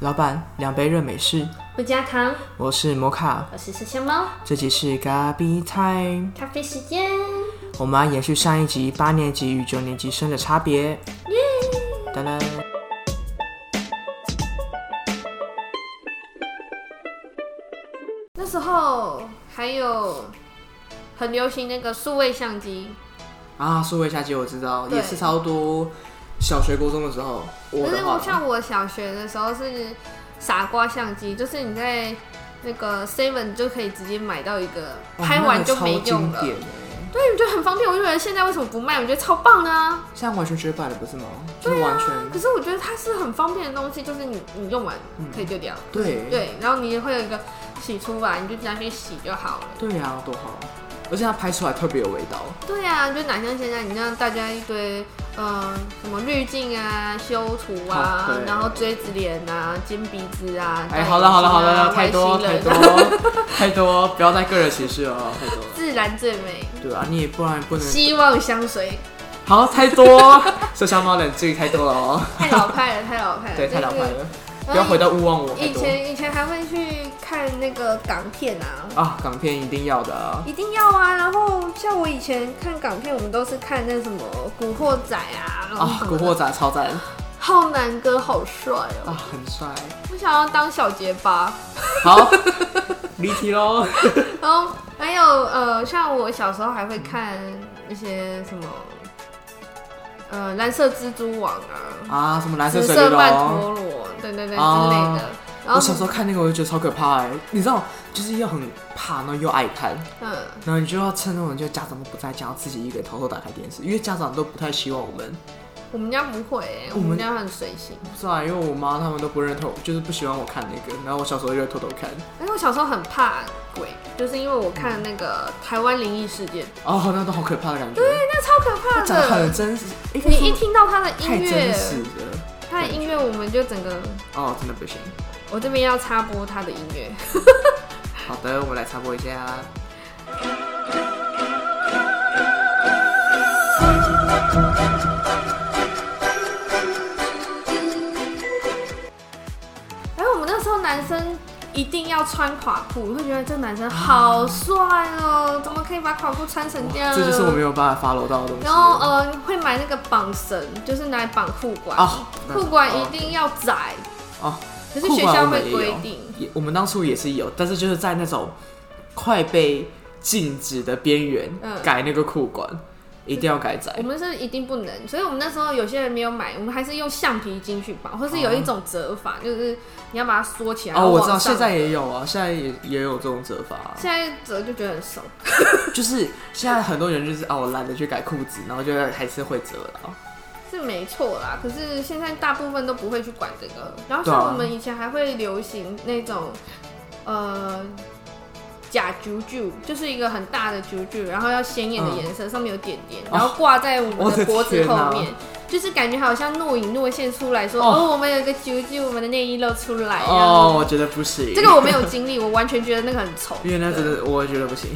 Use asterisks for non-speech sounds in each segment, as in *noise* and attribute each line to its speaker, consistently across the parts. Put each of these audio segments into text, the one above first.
Speaker 1: 老板，两杯热美式。
Speaker 2: 不加糖，
Speaker 1: 我是摩卡，
Speaker 2: 我是麝香猫，
Speaker 1: 这集是 Gabi Time。
Speaker 2: 咖啡时间。
Speaker 1: 我们要延续上一集八年级与九年级生的差别。当当。
Speaker 2: 那时候还有很流行那个数位相机，
Speaker 1: 啊，数位下集我知道，
Speaker 2: 对
Speaker 1: 也是差不多小学、国中的时候，我
Speaker 2: 可
Speaker 1: 的
Speaker 2: 是
Speaker 1: 话
Speaker 2: 我，像我小学的时候是傻瓜相机，就是你在那个 Seven 就可以直接买到一个，
Speaker 1: 哇
Speaker 2: 拍完就没用
Speaker 1: 哦那个超
Speaker 2: 了。
Speaker 1: 经典欸
Speaker 2: 对，我觉得很方便。我就觉得现在为什么不卖？我觉得超棒的啊！
Speaker 1: 现在完全绝版了，不是吗？就是完全
Speaker 2: 可是我觉得它是很方便的东西，就是你你用完可以丢掉，
Speaker 1: 嗯对
Speaker 2: 对，然后你也会有一个洗出来，你就拿去洗就好了。
Speaker 1: 对啊，多好！而且它拍出来特别有味道。
Speaker 2: 对啊，就哪像现在你让大家一堆，呃，什么滤镜啊、修图啊，
Speaker 1: 哦对
Speaker 2: 然后锥子脸啊、尖鼻子啊，
Speaker 1: 哎，好了好了好了，
Speaker 2: 戴
Speaker 1: 太
Speaker 2: 眼镜
Speaker 1: 多
Speaker 2: 啊外星
Speaker 1: 太
Speaker 2: 人
Speaker 1: 多 *laughs* 太多，不要再个人歧视了，太多了。
Speaker 2: *laughs* 自然最美，
Speaker 1: 对啊，你也不然不能
Speaker 2: 希望相随，
Speaker 1: 好太 *laughs* 多，麝香猫冷静太多了哦。
Speaker 2: 太
Speaker 1: *laughs*
Speaker 2: 老派了，太老派了，
Speaker 1: 对，太老派了，
Speaker 2: 就是。
Speaker 1: 不要回到勿忘我太
Speaker 2: 以
Speaker 1: 多
Speaker 2: 前以前还会去看那个港片啊，
Speaker 1: 啊！港片一定要的啊，
Speaker 2: 一定要啊。然后像我以前看港片，我们都是看那什么《古惑仔》啊，然
Speaker 1: 啊
Speaker 2: 后什
Speaker 1: 古
Speaker 2: 么
Speaker 1: 惑仔超赞
Speaker 2: 浩南哥好帅
Speaker 1: 啊，
Speaker 2: 哦，
Speaker 1: 很帅。
Speaker 2: 我想要当小结巴。
Speaker 1: 好，离题喽。
Speaker 2: 然后哦还有呃，像我小时候还会看一些什么，呃，蓝色蜘蛛网啊，
Speaker 1: 啊，什么蓝色
Speaker 2: 紫
Speaker 1: 水
Speaker 2: 色
Speaker 1: 流
Speaker 2: 曼
Speaker 1: 龙？
Speaker 2: 陀罗，对对对、
Speaker 1: 啊
Speaker 2: 之类的。
Speaker 1: 我
Speaker 2: 然后
Speaker 1: 小时候看那个，我就觉得超可怕哎、你知道，就是又很怕，然后又爱看，
Speaker 2: 嗯，
Speaker 1: 然后你就要趁那种就家长都不在家，自己一个人偷偷打开电视，因为家长都不太希望我们，
Speaker 2: 我们家不会、欸，
Speaker 1: 我
Speaker 2: 我
Speaker 1: 们
Speaker 2: 们家很随性。
Speaker 1: 不知道啊，因为我妈他们都不认同，就是不喜欢我看那个，然后我小时候就会偷偷看。
Speaker 2: 但是我小时候很怕鬼，就是因为我看那个台湾灵异事件，
Speaker 1: 哦，那都好可怕的感觉，
Speaker 2: 那超可怕
Speaker 1: 长得
Speaker 2: 的
Speaker 1: 很。真实，应该
Speaker 2: 你
Speaker 1: 说
Speaker 2: 一听到他的
Speaker 1: 太
Speaker 2: 音
Speaker 1: 真
Speaker 2: 乐，
Speaker 1: 实了。
Speaker 2: 他的音乐我们就整个，
Speaker 1: 哦，真的不行。
Speaker 2: 我这边要插播他的音乐。
Speaker 1: 好的，我们来插播一下。啊
Speaker 2: 然哎后我们那时候男生一定要穿垮裤，你会觉得这个男生好帅哦，怎么可以把垮裤穿成这样？
Speaker 1: 哦这就是我没有办法 follow 到的东西。
Speaker 2: 然后呃，会买那个绑绳，就是拿来绑裤管，
Speaker 1: 啊，那
Speaker 2: 裤管一定要窄，
Speaker 1: 哦，
Speaker 2: 可是学校会规定。
Speaker 1: 也我们当初也是有，但是就是在那种快被禁止的边缘、
Speaker 2: 嗯
Speaker 1: 改那个裤管，一定要改窄
Speaker 2: 我。们是一定不能，所以我们那时候有些人没有买，我们还是用橡皮筋去绑，或是有一种折法，就是你要把它缩起来。
Speaker 1: 哦，我知道，
Speaker 2: 然后往上
Speaker 1: 现在也有啊，现在也也有这种折法啊、
Speaker 2: 现在折就觉得很熟，
Speaker 1: 就是现在很多人就是啊，我懒得去改裤子，然后就还是会折了啊。
Speaker 2: 是没错啦，可是现在大部分都不会去管这个。然后
Speaker 1: 对啊
Speaker 2: 像我们以前还会流行那种，呃，假啾啾，就是一个很大的啾啾，然后要鲜艳的颜色，上面有点点，然后挂在我
Speaker 1: 嗯哦我
Speaker 2: 们
Speaker 1: 的
Speaker 2: 的脖子
Speaker 1: 天哪
Speaker 2: 后面，就是感觉好像若隐若现出来说，
Speaker 1: 哦
Speaker 2: 哦，我们有一个啾啾，我们的内衣露出来。
Speaker 1: 哦，
Speaker 2: 哦，
Speaker 1: 我觉得不行，
Speaker 2: 这个我没有经历，我完全觉得那个很丑。
Speaker 1: 因为那真的我觉得不行， *laughs*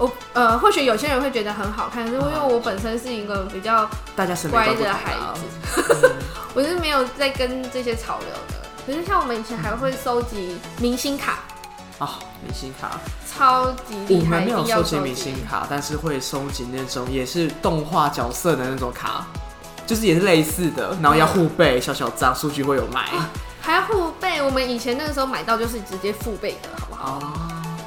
Speaker 2: 我呃，或许有些人会觉得很好看，可是因为我本身是一个比较
Speaker 1: 大家审美
Speaker 2: 乖
Speaker 1: 观不同
Speaker 2: 的
Speaker 1: 啊
Speaker 2: 孩子， *laughs* 我是没有在跟这些潮流的。可是像我们以前还会收集明星卡，
Speaker 1: 啊，明星卡。
Speaker 2: 超级
Speaker 1: 我
Speaker 2: 厉
Speaker 1: 们
Speaker 2: 害，
Speaker 1: 没
Speaker 2: 一
Speaker 1: 有
Speaker 2: 定要
Speaker 1: 收
Speaker 2: 收
Speaker 1: 集明星卡，但是会收集那种也是动画角色的那种卡，就是也是类似的，然后要互背，小小张，数据会有
Speaker 2: *laughs*
Speaker 1: 卖
Speaker 2: 还要护背。我们以前那个时候买到就是直接付背的，好不好？
Speaker 1: 哦，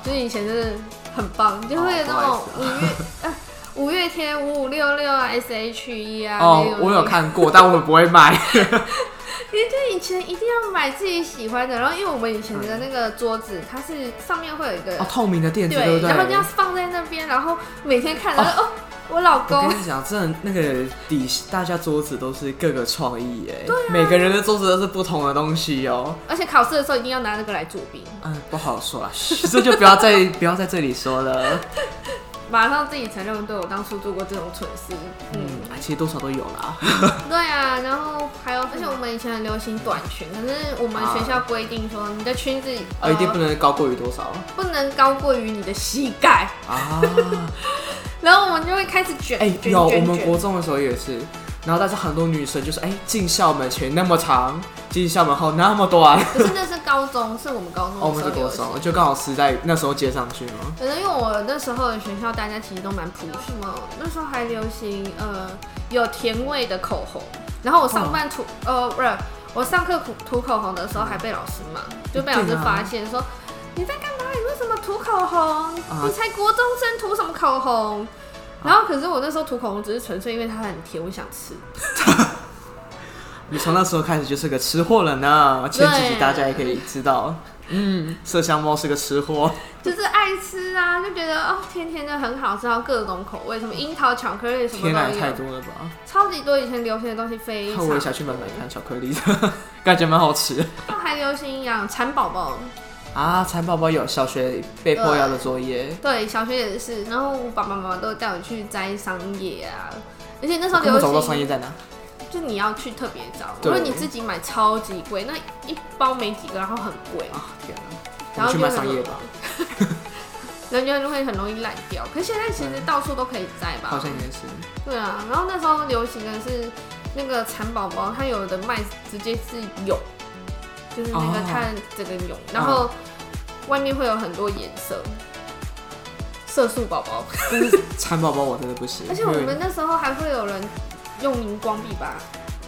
Speaker 2: 就是以前真的很棒，就会有那种
Speaker 1: 哦不
Speaker 2: 五月、
Speaker 1: *laughs*
Speaker 2: 呃五月天五五六六啊，S H E 啊。
Speaker 1: 哦，我有。看过，但我们不会
Speaker 2: *laughs*
Speaker 1: 买。
Speaker 2: 因为就以前一定要买自己喜欢的，然后因为我们以前
Speaker 1: 嗯
Speaker 2: 的那个桌子，它是上面会有一个
Speaker 1: 哦，透明的垫子，对
Speaker 2: 对，
Speaker 1: 不对？
Speaker 2: 然后这样放在那边，然后每天看，然后哦，我老
Speaker 1: 我
Speaker 2: 公
Speaker 1: 跟你讲，真的那个底大家桌子都是各个创意哎，
Speaker 2: 啊
Speaker 1: 每个人的桌子都是不同的东西哦。
Speaker 2: 而且考试的时候一定要拿那个来做弊，
Speaker 1: 嗯，不好说啊，嘘这就不要在 *laughs* 不要在这里说了。
Speaker 2: 马上自己承认，对我当初做过这种蠢事。嗯，
Speaker 1: 嗯，其实多少都有啦。
Speaker 2: 对啊，然后还有，而且我们以前很流行短裙，可是我们学校规定说，你的裙子呃
Speaker 1: 啊，一定不能高过于多少
Speaker 2: 不能高过于你的膝盖， *laughs*
Speaker 1: 啊。
Speaker 2: 然后我们就会开始卷，
Speaker 1: 哎、
Speaker 2: 卷
Speaker 1: 有我
Speaker 2: 卷
Speaker 1: 们
Speaker 2: 卷
Speaker 1: 国中的时候也是，然后但是很多女生就是哎，进、校门前那么长，机器校门后那么多啊！
Speaker 2: 可是那是高中，是我们高
Speaker 1: 哦，我
Speaker 2: 中的
Speaker 1: 们
Speaker 2: 时
Speaker 1: 是
Speaker 2: 候
Speaker 1: 国
Speaker 2: 流行。
Speaker 1: 中，就刚好时代那时候接上去嘛。
Speaker 2: 可能因为我那时候的学校，大家其实都蛮朴素嘛。那时候还流行呃有甜味的口红，然后我上班涂、
Speaker 1: 哦
Speaker 2: 呃不是我上课涂涂口红的时候还被老师骂，就被老
Speaker 1: 一定
Speaker 2: 师
Speaker 1: 啊
Speaker 2: 发现说、你在干嘛？你为什么涂口红？
Speaker 1: 啊
Speaker 2: 你才国中生涂什么口红？然后可是我那时候涂口红只是纯粹因为它很甜，我想吃。
Speaker 1: 你从那时候开始就是个吃货了呢。前几集
Speaker 2: 对
Speaker 1: 大家也可以知道，嗯，麝香猫是个吃货，
Speaker 2: 就是爱吃啊，就觉得哦，甜甜的很好吃，然后各种口味，什么樱桃巧克力什么
Speaker 1: 天哪，
Speaker 2: 都
Speaker 1: 也太
Speaker 2: 有，
Speaker 1: 多了吧？
Speaker 2: 超级多以前流行的东西非
Speaker 1: 我也想
Speaker 2: 常。
Speaker 1: 去买买看巧克力，感觉蛮好吃
Speaker 2: 然后还流行养蚕宝宝，
Speaker 1: 啊。蚕宝宝有小学被迫要的作业，
Speaker 2: 对，小学也是。然后我爸爸妈妈都带我去摘桑叶啊，而且那时
Speaker 1: 我
Speaker 2: 候
Speaker 1: 根本
Speaker 2: 流
Speaker 1: 找不到商
Speaker 2: 行
Speaker 1: 业在哪。
Speaker 2: 就你要去特别找，如
Speaker 1: 对
Speaker 2: 果你自己买超级贵，那一包没几个，然后很贵，
Speaker 1: 啊天哪！我们
Speaker 2: 然后
Speaker 1: 去
Speaker 2: 就
Speaker 1: 卖
Speaker 2: 会
Speaker 1: 商业吧，
Speaker 2: 人家就会很容易烂掉。可是现在其实到处都可以摘吧？
Speaker 1: 好像也是。
Speaker 2: 对啊，然后那时候流行的是那个蚕宝宝，它有的卖直接是蛹，就是那个
Speaker 1: 哦
Speaker 2: 它整个蛹，然后外面会有很多颜色，色素宝宝。
Speaker 1: 蚕宝宝我真的不行，
Speaker 2: 而且我
Speaker 1: 因为
Speaker 2: 们那时候还会有人用荧光笔吧，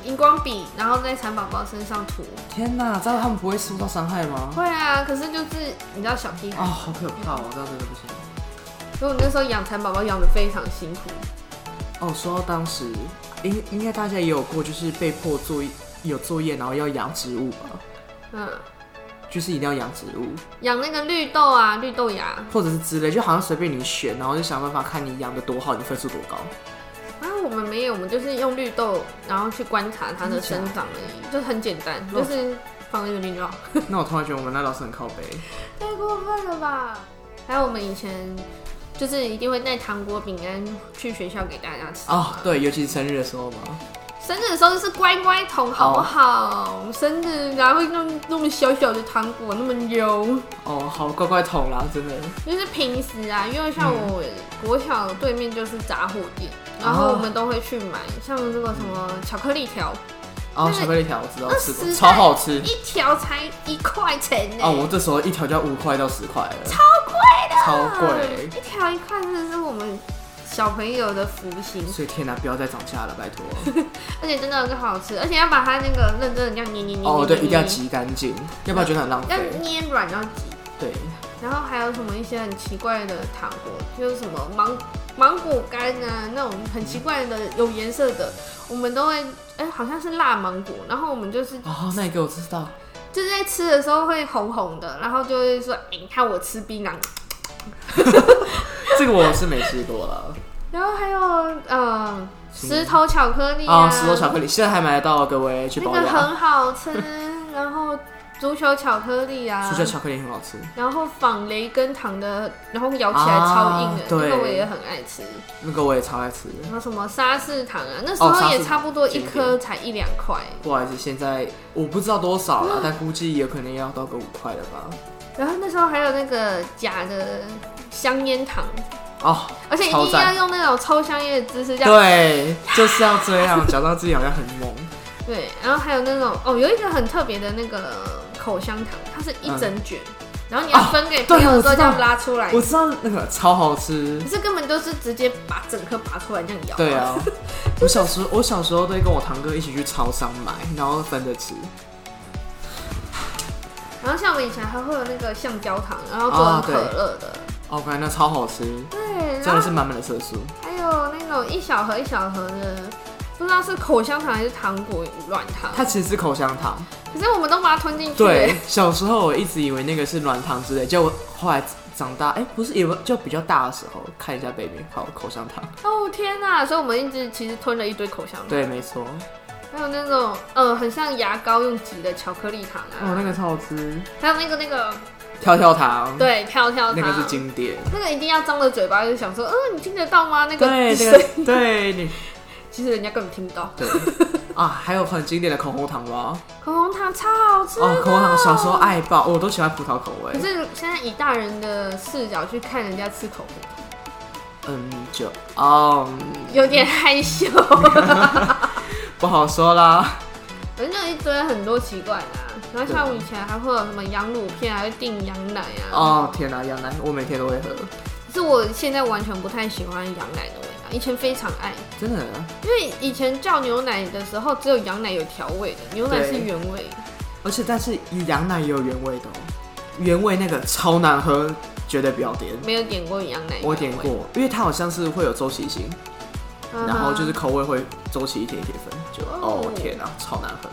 Speaker 2: 荧光笔，然后在蚕宝宝身上涂。
Speaker 1: 天哪，知道他们不会受到伤害吗？
Speaker 2: 会啊，可是就是你知道小屁
Speaker 1: 啊，
Speaker 2: 孩，
Speaker 1: 好可怕哦！我知道真的不行。
Speaker 2: 所以我那时候养蚕宝宝养的非常辛苦。
Speaker 1: 哦，说到当时，应应该大家也有过，就是被迫作业有作业，然后要养植物吧，
Speaker 2: 嗯，
Speaker 1: 就是一定要养植物，
Speaker 2: 养那个绿豆啊，绿豆芽。
Speaker 1: 或者是之类，就好像随便你选，然后就想办法看你养的多好，你分数多高。 *laughs*
Speaker 2: 啊，我们没有，我们就是用绿豆，然后去观察它的生长而已，就很简单，
Speaker 1: 哦
Speaker 2: 就是放那个绿豆。
Speaker 1: 那我突然觉得我们那老师很靠背，
Speaker 2: 太过分了吧！还有我们以前就是一定会带糖果、饼干去学校给大家吃。
Speaker 1: 哦，对，尤其是生日的时候嘛，
Speaker 2: 生日的时候就是乖乖桶，好不好？生日哪会弄那么小小的糖果那么油？
Speaker 1: 哦，好乖乖桶啦，真的，
Speaker 2: 就是平时啊，因为像我国小对面就是杂货店，然后我们都会去买，像这个什么巧克力条，
Speaker 1: 哦，
Speaker 2: 那
Speaker 1: 巧克力条我知道
Speaker 2: 那
Speaker 1: 吃过，
Speaker 2: 时代
Speaker 1: 超好吃。
Speaker 2: 一条才一块钱
Speaker 1: 嗯
Speaker 2: 呢、
Speaker 1: 哦，我这时候一条就要五块到十块了，超贵的，超贵。
Speaker 2: 一条一块真的嗯是我们小朋友的福星，
Speaker 1: 所以天哪，不要再涨价了，拜
Speaker 2: *laughs*
Speaker 1: 托。
Speaker 2: 而且真的很好吃，而且要把它那个认真的这样捏捏捏捏，
Speaker 1: 哦，对，一定要
Speaker 2: 挤，
Speaker 1: 挤干净，要不然觉得很浪
Speaker 2: 要
Speaker 1: 费。
Speaker 2: 捏软要挤。
Speaker 1: 对，
Speaker 2: 然后还有什么一些很奇怪的糖果，就是什么芒芒果干啊，那种很奇怪的有颜色的，我们都会，哎、好像是辣芒果，然后我们就是
Speaker 1: 哦，那一个我知道，
Speaker 2: 就是在吃的时候会红红的，然后就会说，哎、你看我吃槟榔，
Speaker 1: 这个我是没吃过
Speaker 2: *laughs*
Speaker 1: 了。
Speaker 2: 然后还有呃
Speaker 1: 什么
Speaker 2: 石头巧克力
Speaker 1: 啊，
Speaker 2: 啊，
Speaker 1: 石头巧克力现在还买得到，各位去
Speaker 2: 那
Speaker 1: 保
Speaker 2: 个
Speaker 1: 养。
Speaker 2: 很好吃，然后足球巧克力啊
Speaker 1: 薯，条巧克力很好吃，
Speaker 2: 然后仿雷根糖的，然后咬起来超硬
Speaker 1: 啊
Speaker 2: 的，那
Speaker 1: 对
Speaker 2: 个我也很爱吃。
Speaker 1: 那个我也超爱吃。
Speaker 2: 然后什么沙士糖啊，那时
Speaker 1: 哦沙
Speaker 2: 候
Speaker 1: 士
Speaker 2: 也
Speaker 1: 糖
Speaker 2: 差不多一
Speaker 1: 经典
Speaker 2: 颗才一两块。
Speaker 1: 不好意思，现在我不知道多少
Speaker 2: 嗯
Speaker 1: 了，但估计有可能要到个五块了吧。
Speaker 2: 然后那时候还有那个假的香烟糖，
Speaker 1: 哦，
Speaker 2: 而且一
Speaker 1: 超
Speaker 2: 定要
Speaker 1: 赞。
Speaker 2: 用那种抽香烟的姿势这样。
Speaker 1: 对，就是要这样，假装自己好像很猛。
Speaker 2: 对，然后还有那种哦，有一个很特别的那个口香糖，它是一整卷，然后你要
Speaker 1: 哦
Speaker 2: 分给
Speaker 1: 对
Speaker 2: 朋友
Speaker 1: 我
Speaker 2: 的时候
Speaker 1: 知
Speaker 2: 这
Speaker 1: 道
Speaker 2: 样拉出来。
Speaker 1: 我知道那个超好吃
Speaker 2: 可。是根本就是直接把整颗拔出来这样咬。
Speaker 1: 对啊， *laughs* 我小时候我小时候都会跟我堂哥一起去超商买，然后分着吃。
Speaker 2: 然后像我以前还会有那个橡胶糖，然后做成
Speaker 1: 啊对
Speaker 2: 可乐的。
Speaker 1: 哦，感觉那超好吃，
Speaker 2: 对，
Speaker 1: 真的
Speaker 2: 然后
Speaker 1: 是满满的色素。
Speaker 2: 还有那种一小盒一小盒的，不知道是口香糖还是糖果软糖，
Speaker 1: 它其实是口香糖。 *laughs*
Speaker 2: 可是我们都把它吞进去。
Speaker 1: 对，， *laughs* 小时候我一直以为那个是软糖之类，结果后来长大，哎、不是，也不就比较大的时候看一下 baby，好口香糖。
Speaker 2: 哦天哪！所以我们一直其实吞了一堆口香糖，
Speaker 1: 对，没错。
Speaker 2: 还有那种呃很像牙膏用挤的巧克力糖
Speaker 1: 哦，
Speaker 2: 啊，
Speaker 1: 那个超好吃，
Speaker 2: 还有那个那个
Speaker 1: 跳跳糖。。
Speaker 2: 对跳
Speaker 1: 哦
Speaker 2: 跳糖，
Speaker 1: 那个是经典，
Speaker 2: 那个一定要张着嘴巴就想说，嗯、你听得到吗？那个 *laughs*
Speaker 1: 对，那
Speaker 2: 声音
Speaker 1: 个对你
Speaker 2: 其实人家根本听不到。
Speaker 1: 对 *laughs* 啊，还有很经典的口红糖吧？
Speaker 2: 口红糖超好吃的，啊
Speaker 1: 哦，口红糖小时候爱爆，我都喜欢葡萄口味
Speaker 2: 可。是现在以大人的视角去看人家吃口红，
Speaker 1: 嗯，就哦， *laughs*
Speaker 2: 有点害羞。
Speaker 1: 不好说啦。
Speaker 2: 反正就有一堆很多奇怪的、啊。然后像我以前还会有什么羊乳片，还会订羊奶啊。
Speaker 1: 哦，天哪、羊奶我每天都会喝，
Speaker 2: 可是我现在完全不太喜欢羊奶的味道，以前非常爱，
Speaker 1: 真的。啊
Speaker 2: 因为以前叫牛奶的时候只有羊奶有调味的，牛奶是
Speaker 1: 对
Speaker 2: 原味。
Speaker 1: 而且但是羊奶也有原味的、哦，原味那个超难喝，绝对不要点。
Speaker 2: 没有点过羊奶，
Speaker 1: 我点，过，因为它好像是会有周期性，
Speaker 2: 嗯哼
Speaker 1: 然后就是口味会周期一天一天分，就
Speaker 2: 哦
Speaker 1: 哦天啊，超难喝。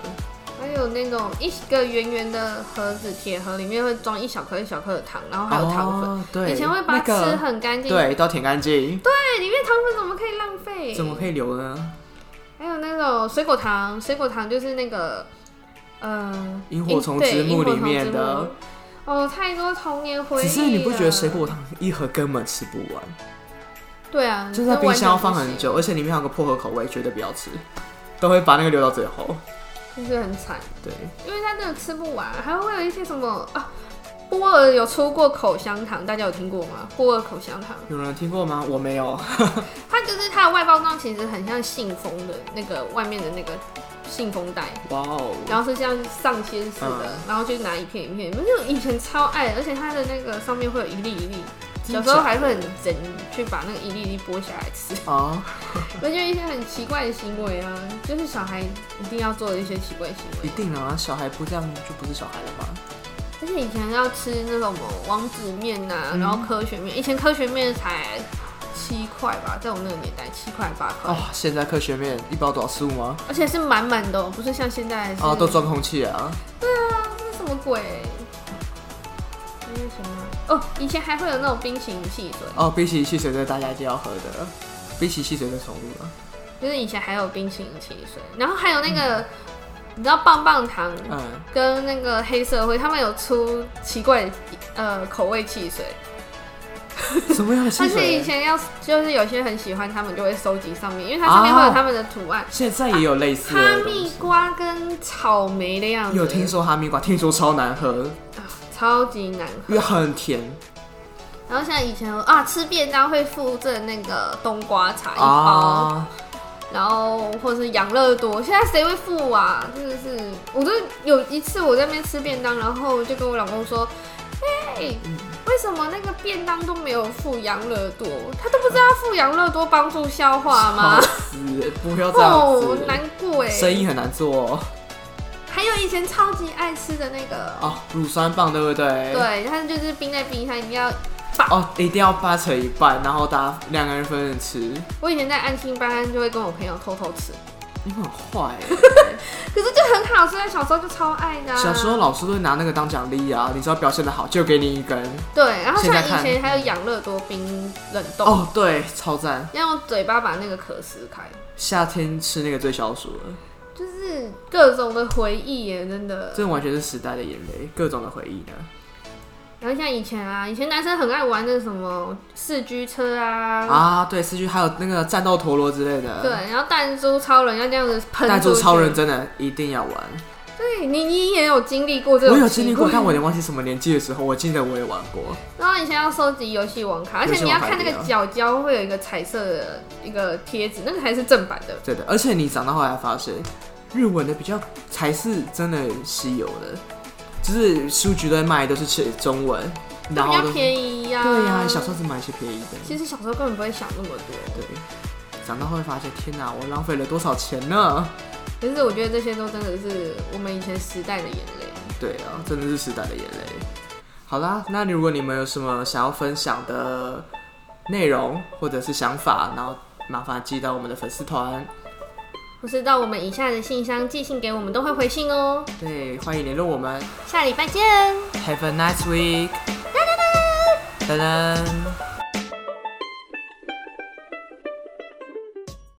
Speaker 2: 还有那种一个圆圆的盒子，铁盒里面会装一小颗一小颗的糖，然后还有糖粉。
Speaker 1: 哦，对，
Speaker 2: 以前会把它
Speaker 1: 那个
Speaker 2: 吃很干净，
Speaker 1: 对，都舔干净，
Speaker 2: 对，里面糖粉怎么可以浪费？
Speaker 1: 怎么可以留呢？
Speaker 2: 还有那种水果糖，水果糖就是那个，嗯、
Speaker 1: 萤火虫之墓里面的，
Speaker 2: 哦，太多童年回忆
Speaker 1: 只
Speaker 2: 了。
Speaker 1: 是你不觉得水果糖一盒根本吃不完，
Speaker 2: 对啊，
Speaker 1: 就是在冰箱要放
Speaker 2: 这完
Speaker 1: 很
Speaker 2: 全
Speaker 1: 久，而且里面还有个薄荷口味，绝对不要吃，都会把那个留到最后。
Speaker 2: 不行，就是很惨，
Speaker 1: 对，
Speaker 2: 因为它真的吃不完，还会有一些什么啊。波尔有出过口香糖，大家有听过吗？波尔口香糖，
Speaker 1: 有人听过吗？我没有。
Speaker 2: 它就是它的外包装其实很像信封的那个外面的那个信封袋，
Speaker 1: 哇哦，
Speaker 2: 然后是这样上签式的，
Speaker 1: 嗯
Speaker 2: 然后就拿一片一片，那种以前超爱，而且它的那个上面会有一粒一粒，
Speaker 1: 真
Speaker 2: 小
Speaker 1: 的
Speaker 2: 时候还会很整去把那个一粒一粒剥下来
Speaker 1: *laughs*
Speaker 2: 吃，
Speaker 1: 哦，
Speaker 2: 那就一些很奇怪的行为啊，就是小孩一定要做的一些奇怪行
Speaker 1: 一
Speaker 2: 为，
Speaker 1: 定啊，小孩不这样就不是小孩了吧？
Speaker 2: 而且以前要吃那种什么王子面呐、
Speaker 1: 嗯
Speaker 2: 然后科学面，以前科学面才七块吧，在我那个年代七块八块，
Speaker 1: 哦，现在科学面一包多少十五吗？
Speaker 2: 而且是满满的、哦，不是像现在是
Speaker 1: 哦，都装空气啊。
Speaker 2: 这是什么鬼？还有什么？哦，以前还会有那种冰淇淋汽水，
Speaker 1: 哦，冰淇淋汽水这大家一定要喝的，冰淇淋汽水最宠物了。啊
Speaker 2: 就是以前还有冰淇淋汽水，然后还有那个，你知道棒棒糖
Speaker 1: 嗯，
Speaker 2: 跟那个黑社会他们有出奇怪的呃口味汽水，
Speaker 1: 什么样的汽
Speaker 2: 但是以
Speaker 1: 水？
Speaker 2: 前要就是有些很喜欢，他们就会收集上面，因为它上面会有他们的图案，
Speaker 1: 现在也有类似
Speaker 2: 哈
Speaker 1: 的东
Speaker 2: 密
Speaker 1: 西。
Speaker 2: 瓜跟草莓的样子，
Speaker 1: 有听说哈密瓜，听说超难喝，
Speaker 2: 啊超级难
Speaker 1: 因为很甜
Speaker 2: 然后像以前啊，吃便当会附赠那个冬瓜茶一包，
Speaker 1: 啊。
Speaker 2: 然后或者是养乐多。现在谁会付啊？真的是，我就有一次我在那边吃便当，然后就跟我老公说：“哎、
Speaker 1: 嗯
Speaker 2: 为什么那个便当都没有附养乐多？他都不知道要附养乐多帮助消化吗
Speaker 1: 好死，不要？”这样
Speaker 2: 哦，难
Speaker 1: 子，
Speaker 2: 过哎。
Speaker 1: 生意很难做哦
Speaker 2: 还有以前超级爱吃的那个，
Speaker 1: 哦。乳酸棒对不对？。
Speaker 2: 对，它就是冰在冰箱，一定要。
Speaker 1: 哦，一定要掰成一半，然后大家两个人分着吃。
Speaker 2: 我以前在安亲班就会跟我朋友偷偷吃，
Speaker 1: 你们很坏 *laughs* 欸，
Speaker 2: 可是就很好吃，小时候就超爱的、啊。
Speaker 1: 小时候老师都会拿那个当奖励啊，你只要表现的好就给你一根。
Speaker 2: 对，然后
Speaker 1: 现
Speaker 2: 像
Speaker 1: 在
Speaker 2: 以
Speaker 1: 看
Speaker 2: 前还有养乐多冰冷冻，
Speaker 1: 哦，对，超赞，
Speaker 2: 要用嘴巴把那个壳撕开，
Speaker 1: 夏天吃那个最消暑了，
Speaker 2: 就是各种的回忆耶，真的。
Speaker 1: 这完全是时代的眼泪，各种的回忆呢。
Speaker 2: 然后像以前啊，以前男生很爱玩那什么四驱车啊，
Speaker 1: 啊，对，四驱还有那个战斗陀螺之类的，
Speaker 2: 对，，然后弹珠超人要这样子喷
Speaker 1: 弹珠
Speaker 2: 出去
Speaker 1: 超人，真的一定要玩。
Speaker 2: 对你你也有经历过这种，
Speaker 1: 我有经历过，但我有点忘记什么年纪的时候，我记得我也玩过。
Speaker 2: 然后以前要收集游戏王卡，而且你要看
Speaker 1: 游
Speaker 2: 那
Speaker 1: 戏
Speaker 2: 个
Speaker 1: 王卡
Speaker 2: 角胶会有一个彩色的一个贴纸，那个才是正版的。
Speaker 1: 对的，而且你长大后来发现，日文的比较才是真的稀有的，就是书局在卖都是写中文，然
Speaker 2: 它比
Speaker 1: 后
Speaker 2: 较
Speaker 1: 都
Speaker 2: 便宜啊呀、
Speaker 1: 对呀、小时候只买一些便宜的。
Speaker 2: 其实小时候根本不会想那么多，
Speaker 1: 对，长大后会发现，天哪，我浪费了多少钱呢？
Speaker 2: 可是我觉得这些都真的是我们以前时代的眼泪。
Speaker 1: 对啊，真的是时代的眼泪。好啦，那如果你们有什么想要分享的内容或者是想法，然后麻烦寄到我们的粉丝团，
Speaker 2: 不是到我们以下的信箱寄信给我们，都会回信哦。
Speaker 1: 对，欢迎联络我们。
Speaker 2: 下礼拜见。
Speaker 1: Have a nice week。噔噔噔。